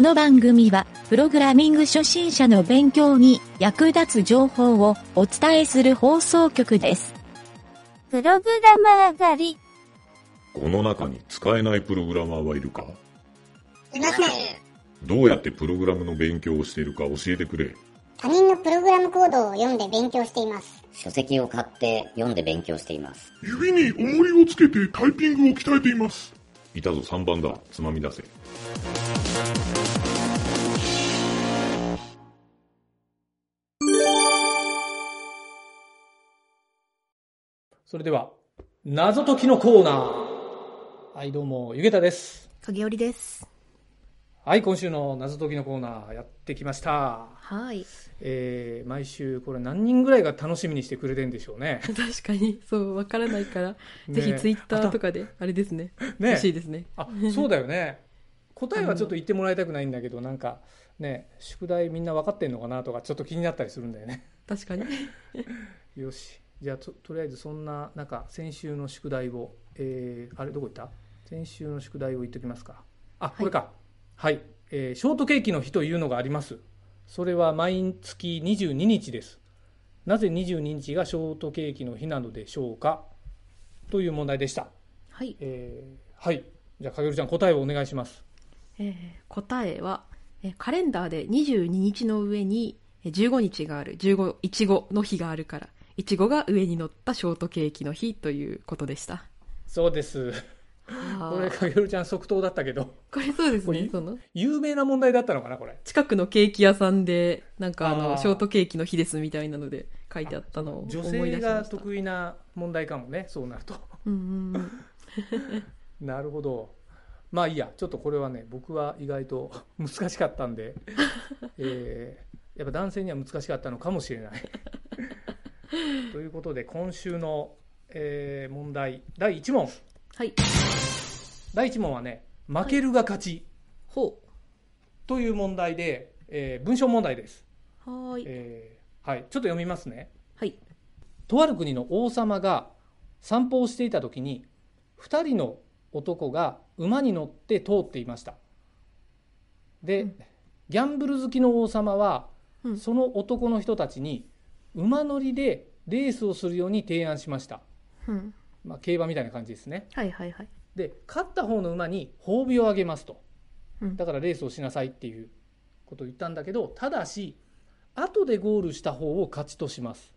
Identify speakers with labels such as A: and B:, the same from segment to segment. A: の番組は、プログラミング初心者の勉強に役立つ情報をお伝えする放送局です。
B: プログラマー上がり。
C: この中に使えないプログラマーはいるか
D: いません。
C: どうやってプログラムの勉強をしているか教えてくれ。
D: 他人のプログラムコードを読んで勉強しています。
E: 書籍を買って読んで勉強しています。
F: 指に重りをつけてタイピングを鍛えています。
C: いたぞ3番だ。つまみ出せ。
G: それでは、謎解きのコーナー。はい、どうも、ゆげたです。
H: 影織です。
G: はい、今週の謎解きのコーナーやってきました。
H: はい。
G: えー、毎週これ何人ぐらいが楽しみにしてくれてんでしょうね。
H: 確かに、そう、わからないから、
G: ね
H: ぜひツイッターとかで、あれですね。
G: ね
H: 欲しいですね。
G: あ、そうだよね。答えはちょっと言ってもらいたくないんだけど、なんか、ね、宿題みんな分かってんのかなとか、ちょっと気になったりするんだよね。
H: 確かに。
G: よし。じゃあと、とりあえずそんな中、先週の宿題を、えー、あれ、どこ行った先週の宿題を言っときますか。あ、これか。はい、えーショートケーキの日というのがあります。それは毎月22日です。なぜ22日がショートケーキの日なのでしょうかという問題でした。
H: はい。
G: えーはい。じゃあ、かげるちゃん、答えをお願いします。
H: えー答えは、えーカレンダーで22日の上に、えー15日がある、15、いちごの日があるから、いちごが上に乗ったショートケーキの日ということでした。
G: そうです。こ
H: こ
G: れ、かげるちゃん、即答だったけど、
H: これそうです
G: これ
H: ね。その、
G: 有名な問題だったのかな、これ。
H: 近くのケーキ屋さんで、なんかあの、
G: あー
H: ショートケーキの日ですみたいなので書いてあったのを思い出
G: 女
H: しました。
G: 性が得意な問題かもね、そうなると。
H: うんうんうん。
G: なるほど。まあいいや、ちょっとこれはね、僕は意外と 難しかったんで、えーやっぱ男性には難しかったのかもしれ ない。ということで、今週の、えー問題、第1問。
H: はい。
G: 第1問はね、負けるが勝ち
H: ほ
G: という問題で、えー文章問題です、
H: う。はーい。
G: えーはい。ちょっと読みますね。
H: はい。
G: とある国の王様が散歩をしていた時に2人の男が馬に乗って通っていましたで、
H: うん
G: ギャンブル好きの王様は、
H: うん
G: その男の人たちに馬乗りでレースをするように提案しました、
H: うん。
G: まあ、競馬みたいな感じですね
H: はいはいはい。
G: で勝った方の馬に褒美をあげますと
H: うん
G: だからレースをしなさいっていうことを言ったんだけどただし後でゴールした方を勝ちとします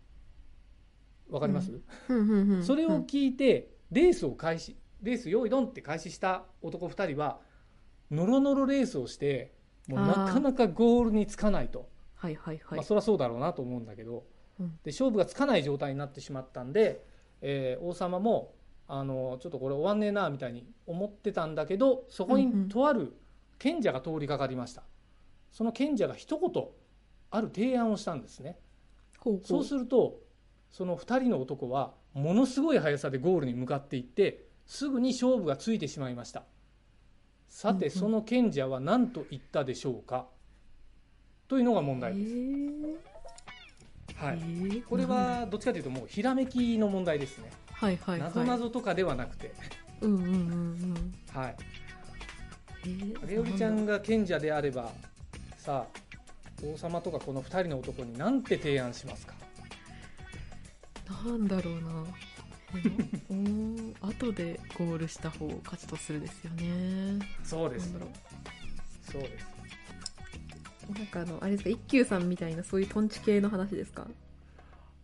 G: わかります、
H: うんうんうん。
G: それを聞いて、レースを開始、レース用意ドンって開始した男2人は、ノロノロレースをして、もう
H: あ
G: な
H: ー
G: かなかゴールにつかないと、
H: はいはいは
G: まあ、
H: い。
G: そりゃそうだろうなと思うんだけど、
H: うん
G: で勝負がつかない状態になってしまったんで、えー王様もあの、ちょっとこれ終わんねえなみたいに思ってたんだけど、そこ
H: うんうん
G: にとある賢者が通りかかりました。その賢者が一言、ある提案をしたんですね。
H: ほう
G: そうするとその2人の男はものすごい速さでゴールに向かっていってすぐに勝負がついてしまいましたさて、
H: うんうん
G: その賢者は何と言ったでしょうかというのが問題です、はい、これ、はどっちかというともうひらめきの問題ですね
H: はいはいはい。
G: なぞなぞとかではなくて
H: うんうんうんうん。
G: はい
H: えー
G: レオリちゃんが賢者であればさあ王様とかこの2人の男に何て提案しますか
H: なんだろうな。でも うーん後でゴールした方を勝ちとするですよね。
G: そうで
H: な
G: す
H: んだろ
G: そうです
H: う。なんかあの、あれですか、一休さんみたいなそういうトンチ系の話ですか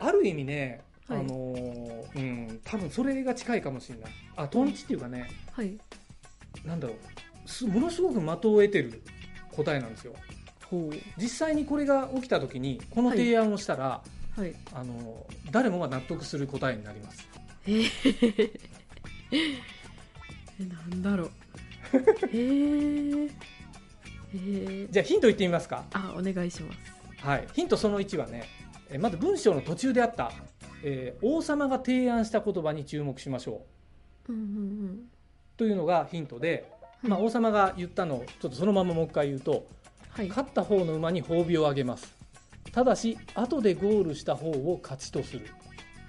G: ある意味ね、
H: はい
G: あのーうん、多分それが近いかもしれない。あ、トンチっていうかね、
H: はい。
G: なんだろう、すものすごく的を得てる答えなんですよ。
H: ほ
G: 実際にこれが起きた時に、この提案をしたら、
H: う。はい。
G: あのー誰もが納得する答えになります。
H: えーえ、なん だろう。えー、えー、
G: じゃあヒント言ってみますか。
H: あ、お願いします。
G: はい、ヒントその1はね、えまず文章の途中であった、えー王様が提案した言葉に注目しましょう。
H: うんうん
G: というのがヒントで、
H: うん。
G: まあ、王様が言ったのをちょっとそのままもう一回言うと、
H: はい。
G: 勝った方の馬に褒美をあげますただし後でゴールした方を勝ちとする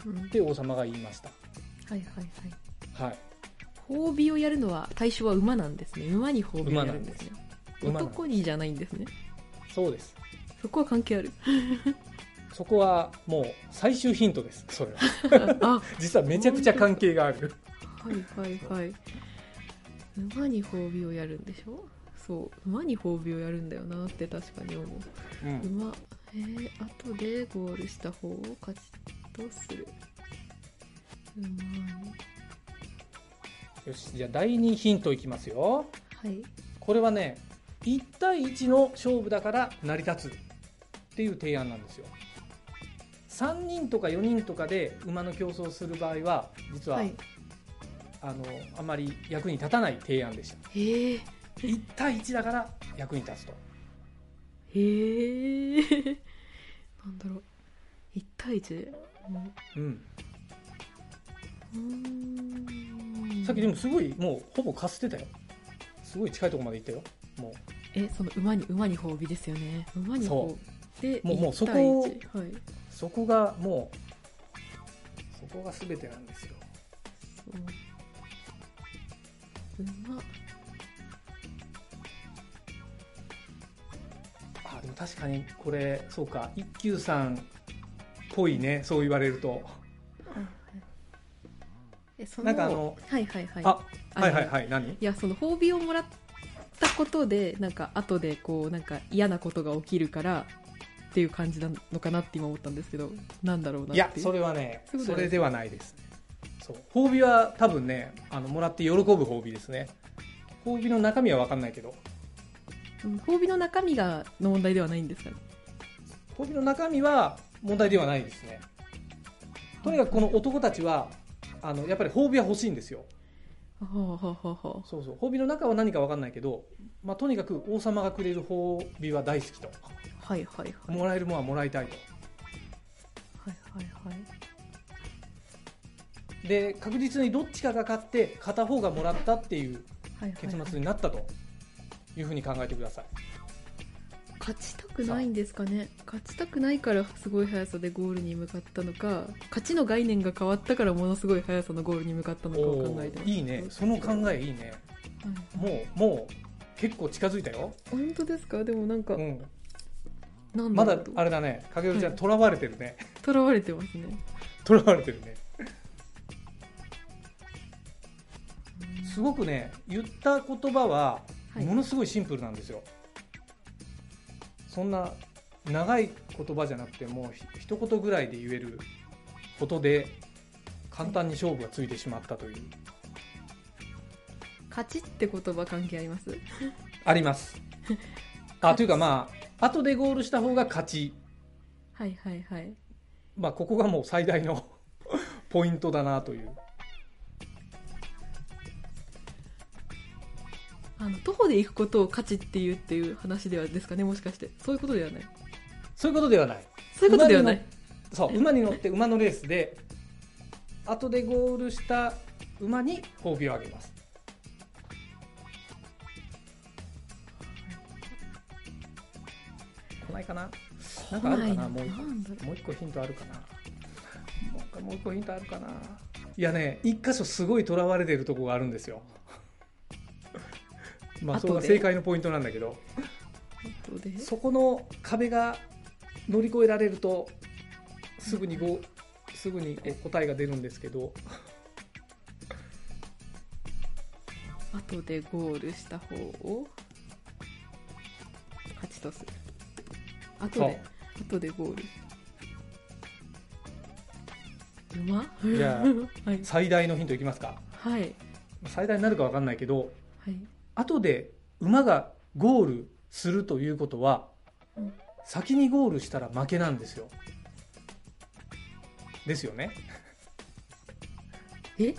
H: うんはい
G: って王様が言いました
H: はいはい。
G: はい
H: 褒美をやるのは対象は馬なんですね。馬に褒美をやるんですね。
G: 馬なんです
H: 男にじゃないんですね
G: そうです
H: そこは関 係ある
G: そこはもう最終ヒントですそれは
H: あ
G: 実はめちゃくちゃ関係がある
H: はいはいはい馬に褒美をやるんでしょそう馬に褒美をやるんだよなって確かに思う
G: うん
H: 馬えー、後でゴールした方を勝ちとする馬に
G: よしじゃあ第2ヒントいきますよ
H: はい
G: これはね1対1の勝負だから成り立つっていう提案なんですよ3人とか4人とかで馬の競争をする場合は実は、
H: はい
G: あのあまり役に立たない提案でした
H: えー、
G: 1対1だから役に立つと
H: えー、 なんだろう1対1
G: うん
H: うーん
G: さっきでもすごいもうほぼかすってたよすごい近いところまで行ったよもう
H: えその馬に馬に褒美ですよね馬に褒
G: そ
H: 美で
G: もうもうそ
H: 1
G: こ
H: 対1
G: を
H: はい
G: そこがもうそこが全てなんですよ
H: そう馬
G: あでも確かにこれそうか一休さんっぽいねそう言われると、
H: えそ
G: なんかあの
H: はいはいはい
G: あはいはい
H: い
G: はい何
H: いやその褒美をもらったことでなんか後でこうなんか嫌なことが起きるからっていう感じなのかなって今思ったんですけどなんだろうなってい
G: いや
H: う
G: それはね
H: そういうこと
G: そ
H: だよね
G: れではないですそう褒美は多分ねあのもらって喜ぶ褒美ですね褒美の中身は分かんないけど
H: うん褒美の中身がの問題ではないんですかね
G: 褒美の中身は問題ではないですねとにかくこの男たちはあのやっぱり褒美は欲しいんですよ
H: はあはあはあはあ
G: そうそう褒美の中は何か分かんないけど、まあ、とにかく王様がくれる褒美は大好きと
H: はいはいはい
G: もらえるものはもらいたいと
H: はいはいはい
G: で確実にどっちかが勝って片方がもらったっていう
H: はいはい
G: 結末になったというふうに考えてください
H: 勝ちたくないんですかね勝ちたくないからすごい速さでゴールに向かったのか勝ちの概念が変わったからものすごい速さのゴールに向かったのかを考えて
G: お
H: ま
G: ー
H: す
G: いいねその考えいいね
H: はい
G: もうもう結構近づいたよ、
H: 本当ですかでもなんか、
G: うん、
H: なん
G: ま
H: だ
G: だ
H: ろう
G: あれだね影織ちゃ
H: うん
G: んとらわれてるね
H: とらわれてますね
G: とらわれてるねすごくね言った言葉は
H: はい
G: ものすごいシンプルなんですよ、そんな長い言葉じゃなくてもうひ一言ぐらいで言えることで簡単に勝負がついてしまったという
H: 勝ちって言葉関係あります
G: ありますあというかまあ後でゴールした方が勝ち
H: はいはいはい
G: まあここがもう最大の ポイントだなという
H: あの徒歩で行くことを勝ちっていうっていう話ではですかねもしかしてそういうことではない
G: そういうことではない
H: そういうことではない
G: そう馬に乗って馬のレースで後でゴールした馬に褒美をあげます来ないかななんかあるかな
H: 来
G: もう
H: い
G: 一個
H: なんだろ
G: もう一個ヒントあるかなもう一個もう一個ヒントあるかないやね一箇所すごいとらわれてるとこがあるんですよまあそれが
H: 後で
G: 正解のポイントなんだけど
H: う後で
G: そこの壁が乗り越えられるとすぐにごすぐにこう答えが出るんですけど
H: 後でゴールした方を勝ちとする後で後でゴール馬
G: じゃ
H: はい
G: 最大のヒントいきますか
H: はいはい
G: 最大になるか分かんないけど後で馬がゴールするということは、
H: うん
G: 先にゴールしたら負けなんですよですよね
H: え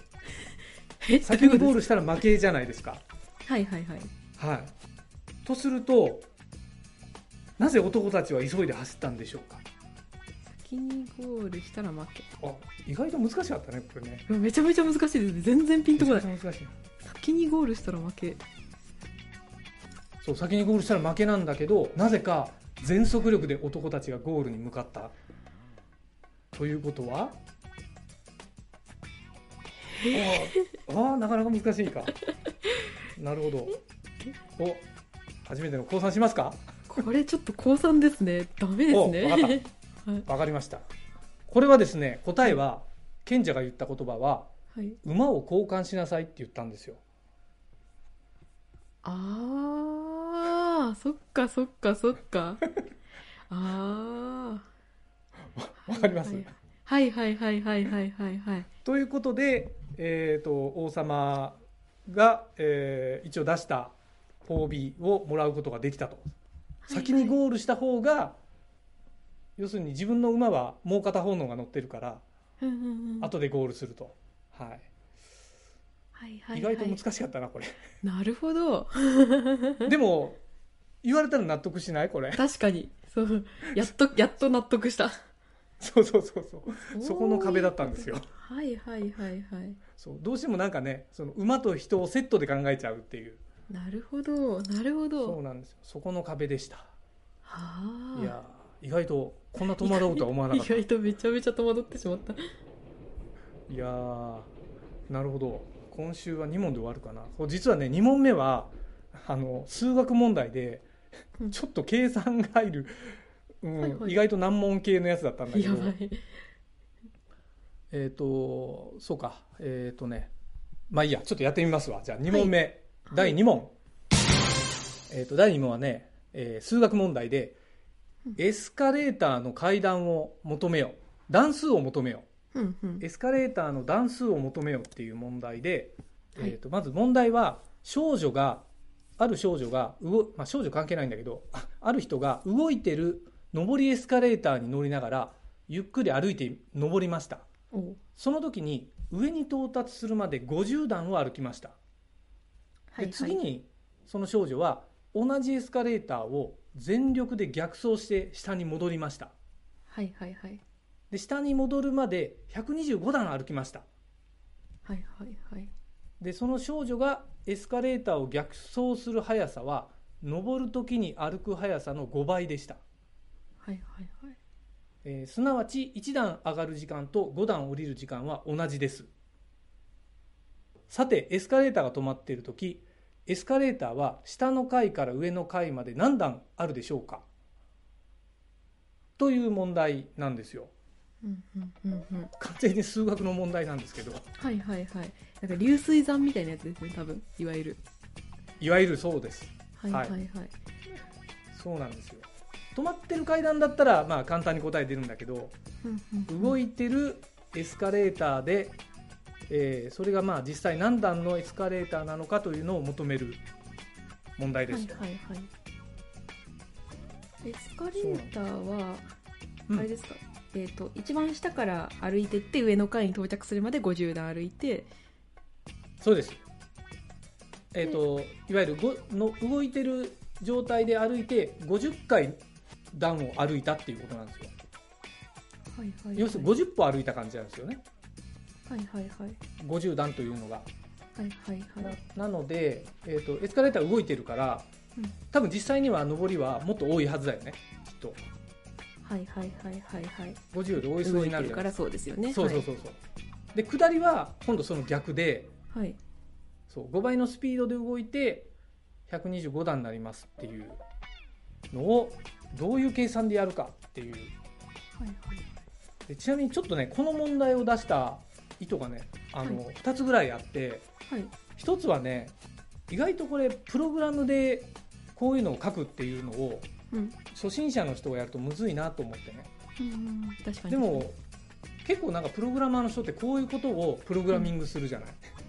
H: え
G: 先に
H: どう
G: ゴー
H: いうことで
G: ルしたら負けじゃないですか
H: すはいはいはい
G: はいとするとなぜ男たちは急いで走ったんでしょうか
H: 先にゴールしたら負け
G: あ意外と難しかったねこれね
H: うわめちゃめちゃ難しいですね全然ピンとこない
G: めちゃくちゃ難しい
H: 先にゴールしたら負け
G: そう先にゴールしたら負けなんだけどなぜか全速力で男たちがゴールに向かったということはあーあーなかなか難しいかなるほどお初めての降参しますか
H: これちょっと高三ですね。ダメですね。
G: おわかっわかりましたこれはですね答えは賢者が言った言葉は
H: はい。
G: 馬を交換しなさいって言ったんですよ
H: ああ、そっかそっかそっか。 ああ。
G: わかります
H: はいはいはいはいはいはいはい。
G: ということで、えー、と王様が、えー一応出した褒美をもらうことができたと、先にゴールした方が要するに自分の馬はもう片方のが乗ってるから、
H: うんうんうん
G: 後でゴールすると、は、
H: はいはいい
G: 意外と
H: はい
G: 難しかったなこれ
H: なるほど。
G: でも言われたら納得しないこれ
H: 確かに。そう。やっと、やっと納得した。
G: そうそうそうそう そこの壁だったんですよ
H: そういうこと。はいはいはいはい。
G: そうどうしてもなんかねその馬と人をセットで考えちゃうっていう
H: なるほど、なるほ
G: そう
H: ど。
G: なんですよそこの壁でした
H: はあ。
G: いやー意外とこんな戸惑うとは思わなかった
H: 意外とめちゃめちゃ戸惑ってしまった。
G: いやーなるほど今週は2問で終わるかなそう実はね2問目はあの数学問題で
H: うん
G: ちょっと計算が入る、うん
H: はいはい
G: 意外と難問系のやつだったんだけ
H: や
G: ど
H: ばい。
G: えっ、とそうかえっ、とねまあいいやちょっとやってみますわじゃあ2問目、第2問、えっ、と第2問はね、えー数学問題でエスカレーターの階段を求めよ段数を求めよ
H: うんうん。
G: エスカレーターの段数を求めよっていう問題で、
H: はい
G: えー、とまず問題は少女がある少女がうご、まあ、少女関係ないんだけどあある人が動いてる上りエスカレーターに乗りながらゆっくり歩いて上りました
H: お
G: その時に上に到達するまで50段を歩きました
H: はいは
G: で
H: い。
G: 次にその少女は同じエスカレーターを全力で逆走して下に戻りました
H: はいはいはい。
G: で下に戻るまで125段歩きました
H: はいはいはい。
G: でその少女がエスカレーターを逆走する速さは登る時に歩く速さの5倍でした、
H: はいはいはい。
G: えーすなわち1段上がる時間と5段降りる時間は同じですさてエスカレーターが止まっている時エスカレーターは下の階から上の階まで何段あるでしょうかという問題なんですよ
H: うんうんうんうん。
G: 完全に数学の問題なんですけど
H: はいはいはい。なんか流水山みたいなやつですね、多分。いわゆる。
G: いわゆるそうです
H: はいはいはい。
G: そうなんですよ止まってる階段だったらまあ簡単に答え出るんだけど
H: うんうん
G: 動いてるエスカレーターで、えーそれがまあ実際何段のエスカレーターなのかというのを求める問題です、
H: はいはいはい。エスカレーターは、
G: うん
H: あれですか、えっ、と、一番下から歩いてって、上の階に到着するまで50段歩いて、
G: そうですえっ、といわゆるごの動いてる状態で歩いて50回段を歩いたっていうことなんですよ
H: はいはい、はい。
G: 要するに50歩歩いた感じなんですよね
H: はいはいはい。
G: 50段というのが
H: はいはいはい。
G: ななので、えー、とエスカレーター動いてるから、
H: うん
G: 多分実際には上りはもっと多いはずだよねきっと
H: はいはいはいはいはい。
G: 50より多い数
H: 動
G: 字
H: い
G: になる
H: てる
G: じゃ
H: か
G: ない
H: らそうですよね。
G: そうそうそうそう、で下りは今度その逆で
H: はい。はい。
G: そう5倍のスピードで動いて125段になりますっていうのをどういう計算でやるかっていう
H: はいはい
G: でちなみにちょっとねこの問題を出した意図がねあの、2つぐらいあって
H: はい。
G: 1つはね意外とこれプログラムでこういうのを書くっていうのを
H: うん。
G: 初心者の人がやるとむずいなと思ってね
H: うん、確かに。
G: で、も結構なんかプログラマーの人ってこういうことをプログラミングするじゃない、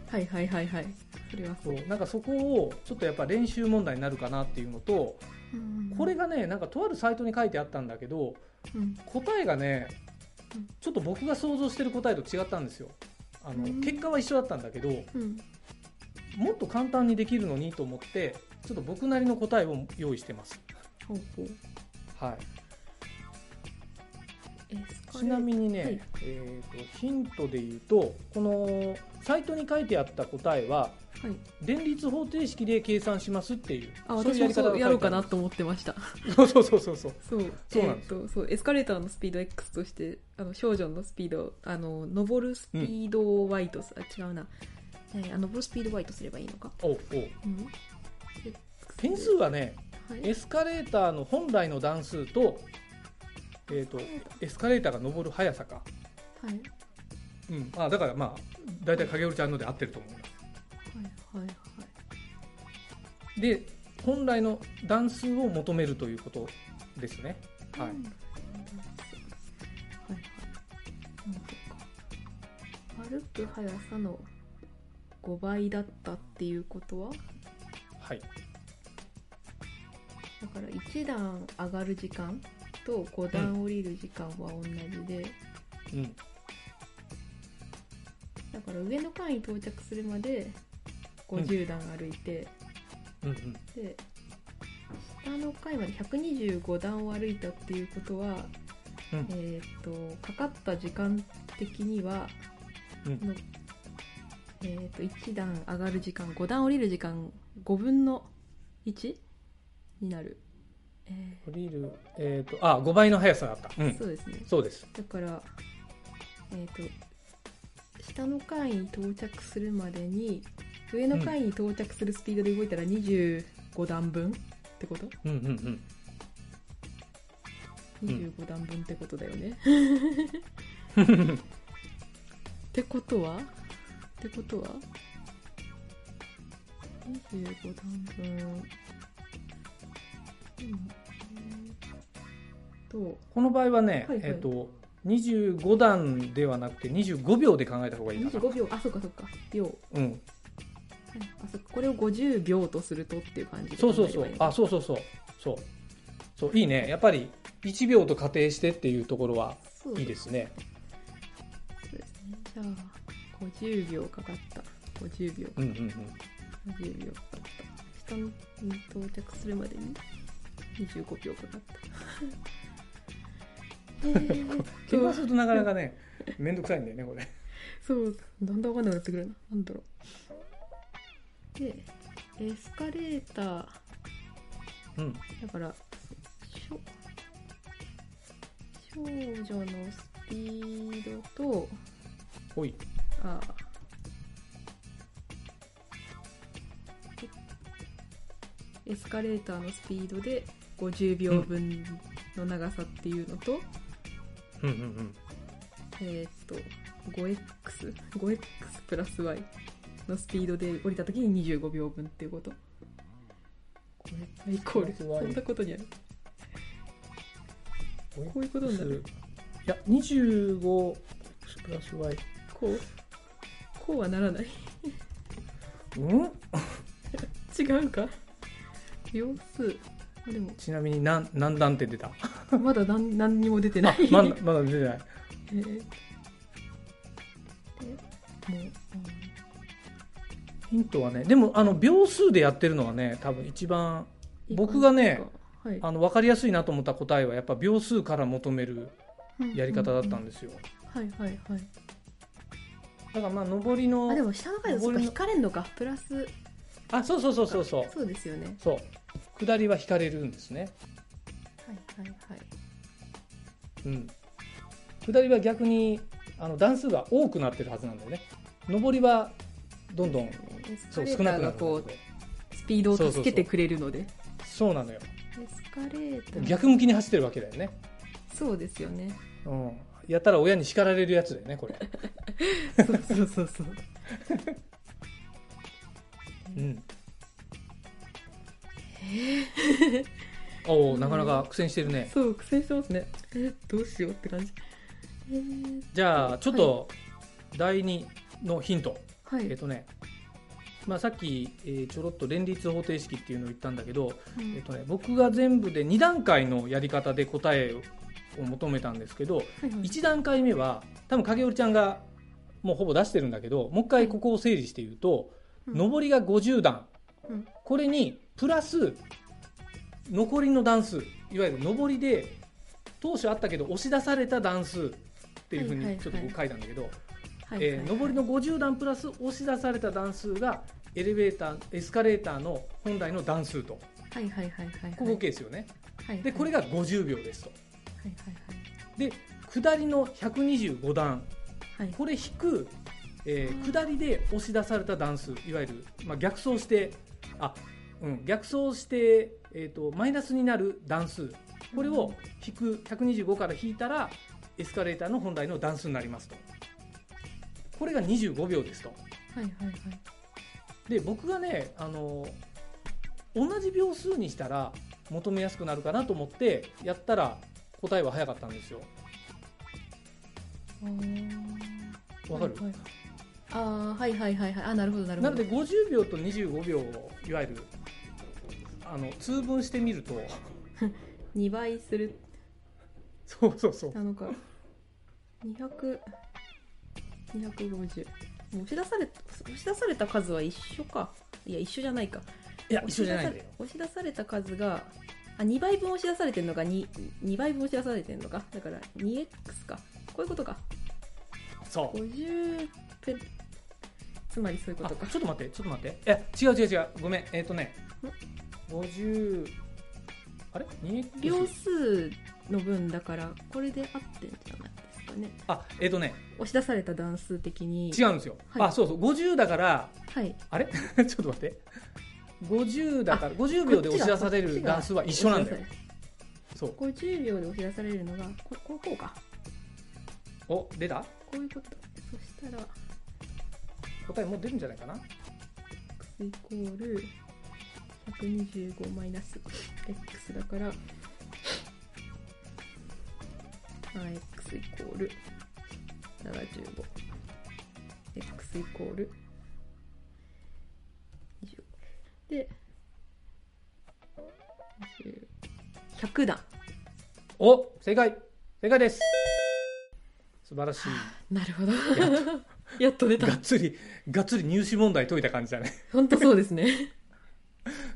H: はいはいはいはい。それはそう。
G: そうなんかそこをちょっとやっぱ練習問題になるかなっていうのと
H: うん
G: これ、がねなんかとあるサイトに書いてあったんだけど
H: うん、
G: 答えがね
H: うん
G: ちょっと僕が想像してる答えと違ったんですよあの
H: うん
G: 結果は一緒だったんだけど
H: うん。
G: もっと簡単にできるのにと思ってちょっと僕なりの答えを用意してます、
H: ほうほう。
G: は
H: エス
G: い、
H: カレーター
G: ちなみにね、
H: はい
G: えーとヒントで言うとこのサイトに書いてあった答えは
H: はい。
G: 連立方程式で計算しますっていう
H: あ、
G: そういう
H: 私もそうやろうかな
G: と
H: と思ってました。
G: そうそうそうそうそう
H: そう。
G: そうなんです
H: えーっと、そう、エスカレーターのスピード X として、あの、少女のスピード、あの、登るスピードを Y とす、あ、違うな。えーあ、登るスピード Y とすればいいのか。
G: おうおう
H: うん。
G: 点数はね
H: はい
G: エスカレーターの本来の段数と,、えー、とエスカレーターが上る速さか、
H: はいはい
G: うんまあ、だからまあ大体影織ちゃんので合ってると思います
H: はい
G: で本来の段数を求めるということですねはい、
H: うんはいはいうんそっか歩く速さの5倍だったっていうことは
G: はい、
H: だから1段上がる時間と5段降りる時間は同じで、
G: うん、
H: だから上の階に到着するまで50段歩いて、
G: うんうん
H: で下の階まで125段を歩いたっていうことは、
G: うん
H: えっ、とかかった時間的には、
G: うん
H: のえっ、と1段上がる時間5段降りる時間5分の 1? になる、え
G: 降りるえっ、とあ5倍の速さだった、う
H: ー
G: ん、
H: そうですね
G: そうです
H: だからえっ、と下の階に到着するまでに上の階に到着するスピードで動いたら25段分ってこと
G: うんうんうんうん
H: 25段分ってこと だよねってことはってことは25段分うんえーっと
G: この場合はね、
H: はいはい
G: えっ、と25段ではなくて25秒で考えた方がいいかな
H: 25秒あそっかそっか秒
G: うん
H: はいあそっかこれを50秒とするとっていう感じで
G: そうそう
H: 考
G: そう
H: えればいいのか
G: あそうそうそうそうそういいねやっぱり1秒と仮定してっていうところは
H: そう
G: いいですね
H: そうですねじゃあ50秒かかった50秒
G: うんうんうん
H: 50秒かかった下に到着するまでに25秒かかったえ ーっ
G: 計算
H: と
G: するとなかなかねめんどくさいんだよねこれ
H: そうだんだん分かんなくなってくるななんだろうでエスカレーター
G: うん
H: だから少少女のスピードと
G: ほい
H: あエエスカレーターのスピードで50秒分の長さっていうのと、
G: うんうんうん
H: えーっと 5x5x プラス y のスピードで降りた時に25秒分っていうことこれイコール
G: プラス y
H: そんなことになるこういうことになる
G: いや25プラス Y
H: こうこうはならない
G: うん
H: 違うか秒数あでも
G: ちなみに何何段って出 た
H: まだ何何にも出てな
G: あ
H: い
G: まだまだ出てない
H: えーえもう
G: ヒントはねでもあの秒数でやってるのはね多分一番
H: いい
G: 僕がね
H: 感じか、は
G: あの分かりやすいなと思った答えはやっぱ秒数から求める
H: い、
G: やり方だった
H: うん
G: ですよ
H: んうんはいはいはい
G: だからまあ上りの
H: あでも下の階だとそっか引かれんのかプラス
G: あそうそうそうそうそう
H: そうですよね
G: そう下りは引かれるんですね
H: はいはいはい
G: うん下りは逆にあの段数が多くなってるはずなんだよね上りはどんどん
H: エス
G: そ
H: カ
G: う
H: レ
G: 少な
H: ーター
G: くな
H: が
G: るん
H: こ
G: だけ
H: うスピードを助けてくれるので
G: どそうなのよ
H: エスカレーター
G: 逆向きに走ってるわけだよね
H: そうですよね
G: うんやったら親に叱られるやつだよねこれ
H: そうそうそうそう
G: うんおおなかなか苦戦してるね
H: そう苦戦してますねえーどうしようって感じえー、
G: じゃあちょっと第2のヒント
H: は
G: えっ
H: い、
G: とね、まあ、さっき、えーちょろっと連立方程式っていうのを言ったんだけど、
H: うん
G: えっとね、僕が全部で2段階のやり方で答えを求めたんですけど
H: はいはい
G: 1段階目は多分影織ちゃんがもうほぼ出してるんだけどもう一回ここを整理して言うと、
H: うん
G: 上りが50段、
H: うん
G: これにプラス残りの段数いわゆる上りで当初あったけど押し出された段数っていうふう
H: はいはい
G: に
H: はい
G: ちょっと僕書いたんだけど、
H: はい
G: えー上りの50段プラス押し出された段数がエレベーターエスカレーターの本来の段数と
H: はいはいはいはい
G: ここ、ケースよね、
H: はい、
G: でこれ
H: が
G: が50秒ですと
H: はいは
G: で下りの125段
H: いはいはい
G: これ引く、えー
H: うん
G: 下りで押し出された段数いわゆる、まあ、逆走してあ、うん、逆走して、ええー、とマイナスになる段数これを引く125から引いたらエスカレーターの本来の段数になりますとこれが25秒ですと
H: はいはいはい。
G: で僕がねあの同じ秒数にしたら求めやすくなるかなと思ってやったら答えは早かったんですよ
H: あー
G: わかる、
H: はいはいあーはいはいはいはいあなるほどなるほ
G: な
H: ど
G: ので50秒と25秒をいわゆるあの通分してみると
H: 2倍する
G: そうそうそう
H: なのか200250押し出され押し出された数は一緒かいや一緒じゃないか
G: いや
H: 押
G: 一
H: し
G: 緒じ
H: 出さ
G: ゃないんだよ
H: 押し出された数があ2倍分押し出されてるのが 2, 2倍分押し出されてるのかだから 2x かこういうことか
G: そう
H: 50ペつまりそういうこ
G: あち
H: と
G: ょ
H: か
G: っと待ってちょっと待ってえ違う違う違うごめんえっ、とね50あれ
H: 秒
G: 2x
H: 数の分だからこれで合ってんじゃないですかね
G: あえっ、とね
H: 押し出された段数的に
G: 違うんですよ、
H: はい
G: あそうそう50だから
H: はい
G: あれちょっと待って50だから50秒で押し出される段数は一緒なんだよ
H: よ
G: そう
H: 50秒で押し出されるのがここうこうか
G: お出た
H: こういうことそしたら
G: 答えもう出るんじゃないかな
H: x イコール125マイナス x だからあ x イコール75 x イコール25で20 100段
G: お正解正解です素晴らしい
H: なるほどやっと出た
G: がっつりがっつり入試問題解いた感じだね
H: 本当そうですね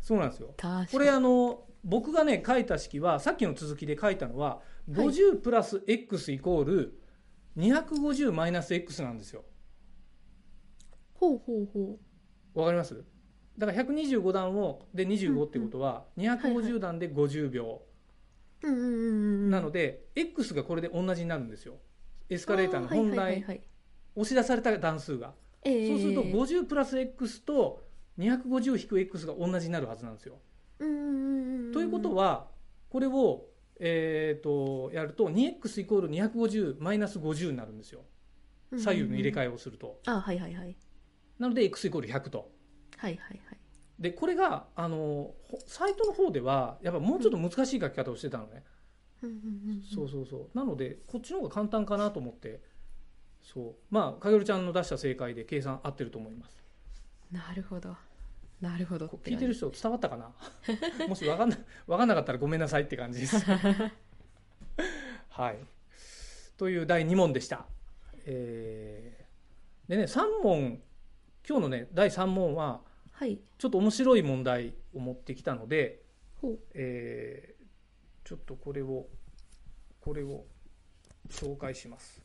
G: そうなんですよ
H: 確かに
G: これあの僕がね書いた式はさっきの続きで書いたのは
H: はい
G: 50プラス x イコール250マイナス x なんですよ
H: ほうほうほう
G: わかりますだから125段をで25ってことは
H: はいは
G: 250段で50秒、
H: うんうんうんうん
G: なので X がこれで同じになるんですよエスカレーターの本
H: あーはいは
G: 来
H: いはいはい
G: 押し出された段数が
H: えー
G: そうすると50プラス X と250引く X が同じになるはずなんですよ。
H: うんうんうん
G: ということはこれをえーとやると 2X イコール250マイナス50になるんですよ左右の入れ替
H: え
G: えをすると。
H: あはいはいはい
G: なので X イコール100と。
H: はいはいはい
G: でこれがあのほサイトの方ではやっぱもうちょっと難しい書き方をしてたのね。
H: うんうんうん
G: そうそうそうなのでこっちの方が簡単かなと思ってそうまあかげるちゃんの出した正解で計算合ってると思います
H: なるほどなるほど
G: 聞いてる人伝わったかな もし分かんな分かんなかったらごめんなさいって感じです はいという第2問でしたえーでね3問今日のね第3問は
H: はい
G: ちょっと面白い問題を持ってきたので
H: ほう
G: えーちょっとこれをこれを紹介します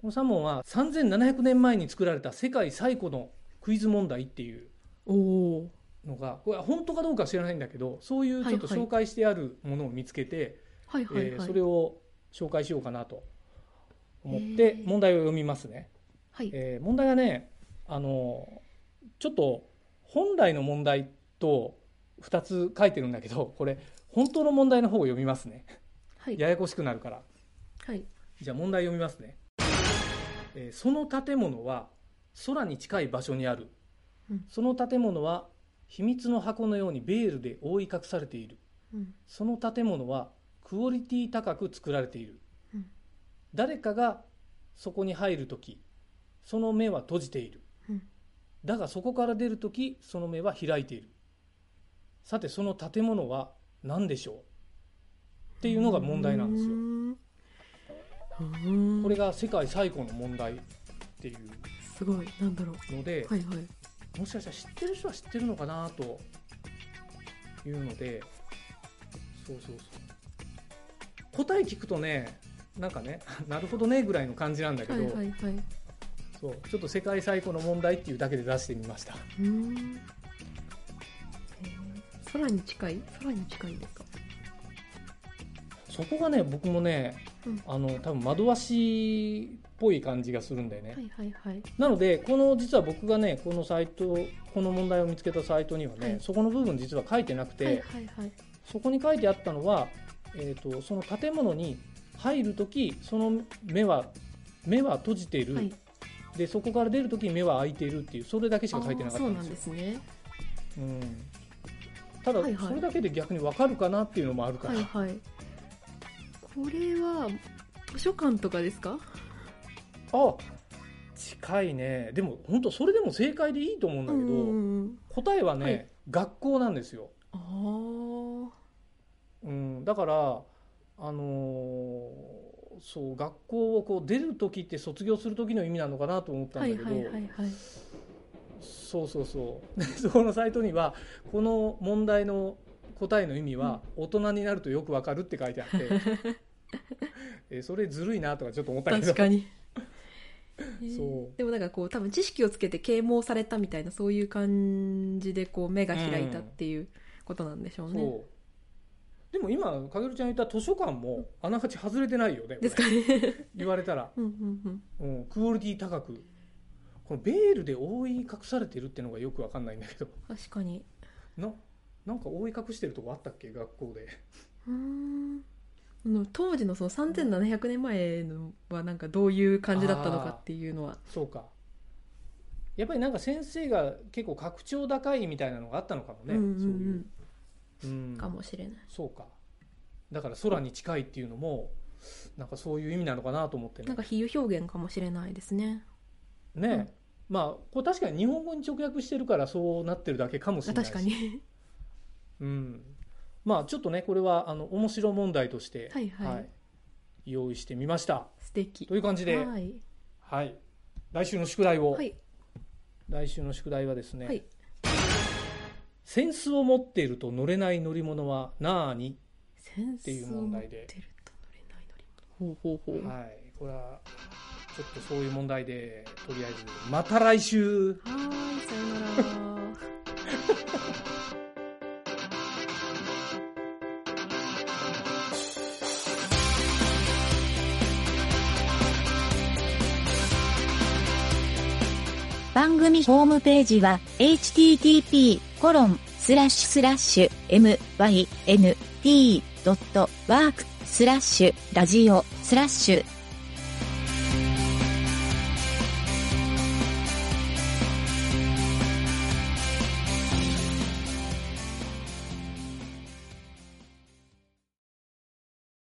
G: この3問は3700年前に作られた世界最古のクイズ問題っていう
H: おお
G: のがこれは本当かどうかは知らないんだけどそういうちょっと
H: はいはい
G: 紹介してあるものを見つけて、
H: はいはい
G: え
H: は
G: ー
H: い
G: それを紹介しようかなと思って
H: へー
G: 問題を読みますね。
H: はい
G: えー問題がねあのちょっと本来の問題と2つ書いてるんだけどこれ本当の問題の方を読みますね
H: はい
G: ややこしくなるから
H: はい
G: じゃあ問題読みますね、えーその建物は空に近い場所にある、
H: うん
G: その建物は秘密の箱のようにベールで覆い隠されている
H: うん
G: その建物はクオリティ高く作られている、
H: うん
G: 誰かがそこに入るときその目は閉じている、
H: うん
G: だがそこから出るときその目は開いているさてその建物は何でしょうっていうのが問題なんですよ
H: よ
G: これが世界最古の問題っていう
H: すごいなんだろう
G: ので、
H: はいはい
G: もしかしたら知ってる人は知ってるのかなというのでそうそうそう答え聞くとねなんかね なるほどねぐらいの感じなんだけ
H: は
G: ど、
H: いはいはい
G: そうちょっと世界最古の問題っていうだけで出してみました
H: うーんえー空に近い空に近いんですか
G: そこがね僕もね、
H: うん
G: あの多分惑わしっぽぽい感じがするんだよね
H: は。いはいはい。
G: なので、この実は僕がね、このサイト、この問題を見つけたサイトにはね、
H: はい
G: そこの部分実は書いてなくて、
H: はいはいはい。
G: そこに書いてあったのは、えー、とその建物に入るとき、その目は目は閉じている、
H: はい。
G: で、そこから出るとき目は開いているっていう、それだけしか書いてなかった
H: あーそうんな
G: です
H: ん
G: よ
H: で。すね。
G: うんただ、
H: はいはい
G: それだけで逆に分かるかなっていうのもあるか
H: は
G: ら、
H: いはい。これは図書館とかですか？
G: あ近いねでも本当それでも正解でいいと思うんだけど、
H: うん。
G: 答えはね、
H: はい
G: 学校なんですよ、
H: ああ。
G: うん、だからあのーそう学校をこう出る時って卒業する時の意味なのかなと思ったんだ
H: は
G: けど、
H: いはいはいはい。
G: そうそうそうでそこのサイトにはこの問題の答えの意味は大人になるとよくわかるって書いてあって、 えそれずるいなとかちょっと思ったけど
H: 確 かに。
G: そう
H: でもなんかこう多分知識をつけて啓蒙されたみたいなそういう感じでこう目が開いたっていうことなんでしょうね。
G: そうでも今かげるちゃん言った図書館もあながち外れてないよね
H: ですかね。
G: これ言われたら、
H: うんうんうん。
G: うん、クオリティ高くこのベールで覆い隠されてるってのがよくわかんないんだけど
H: 確かに。
G: ななんか覆い隠してるとこあったっけ学校で
H: うーん。あの当時のその3700年前のはなんかどういう感じだったのかっていうのは。
G: そうかやっぱりなんか先生が結構格調高いみたいなのがあったのかもね、
H: うんうん
G: そううい
H: ん
G: う、うん、
H: かもしれない。
G: そうかだから空に近いっていうのもなんかそういう意味なのかなと思ってね
H: なんか比喩表現かもしれないですね。
G: ね、
H: うん
G: まあこれ確かに日本語に直訳してるからそうなってるだけかもしれないし
H: 確か、に。
G: うん、まあちょっとねこれはあの面白問題として、
H: はいはい
G: 用意してみました
H: 素敵。
G: という感じで、はい
H: はい。
G: 来週の宿題を、
H: はい。
G: 来週の宿題はですね、
H: はい
G: センスを持っていると乗れない乗り物はなーに、
H: セ
G: ていう問題で
H: ンスを持ってると乗れない乗り物。ほうほうほう。
G: はい、これはちょっとそういう問題でとりあえずまた来週
H: はーい、さよなら。
A: 番組ホームページは http://myn.t.work/.radio/. スラッシュ